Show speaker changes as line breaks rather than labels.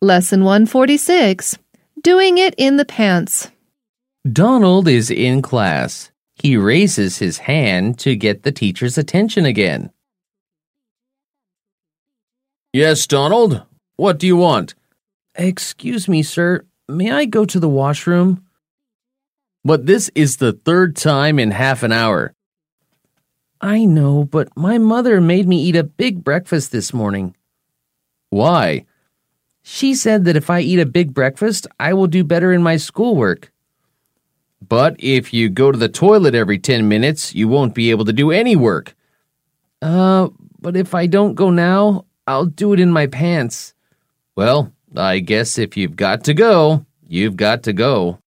Lesson 146 Doing It in the Pants.
Donald is in class. He raises his hand to get the teacher's attention again. Yes, Donald. What do you want? Excuse me, sir. May I go to the washroom? But this is the third time in half an hour. I know, but my mother made me eat a big breakfast this morning. Why? She said that if I eat a big breakfast, I will do better in my schoolwork. But if you go to the toilet every 10 minutes, you won't be able to do any work. Uh, but if I don't go now, I'll do it in my pants. Well, I guess if you've got to go, you've got to go.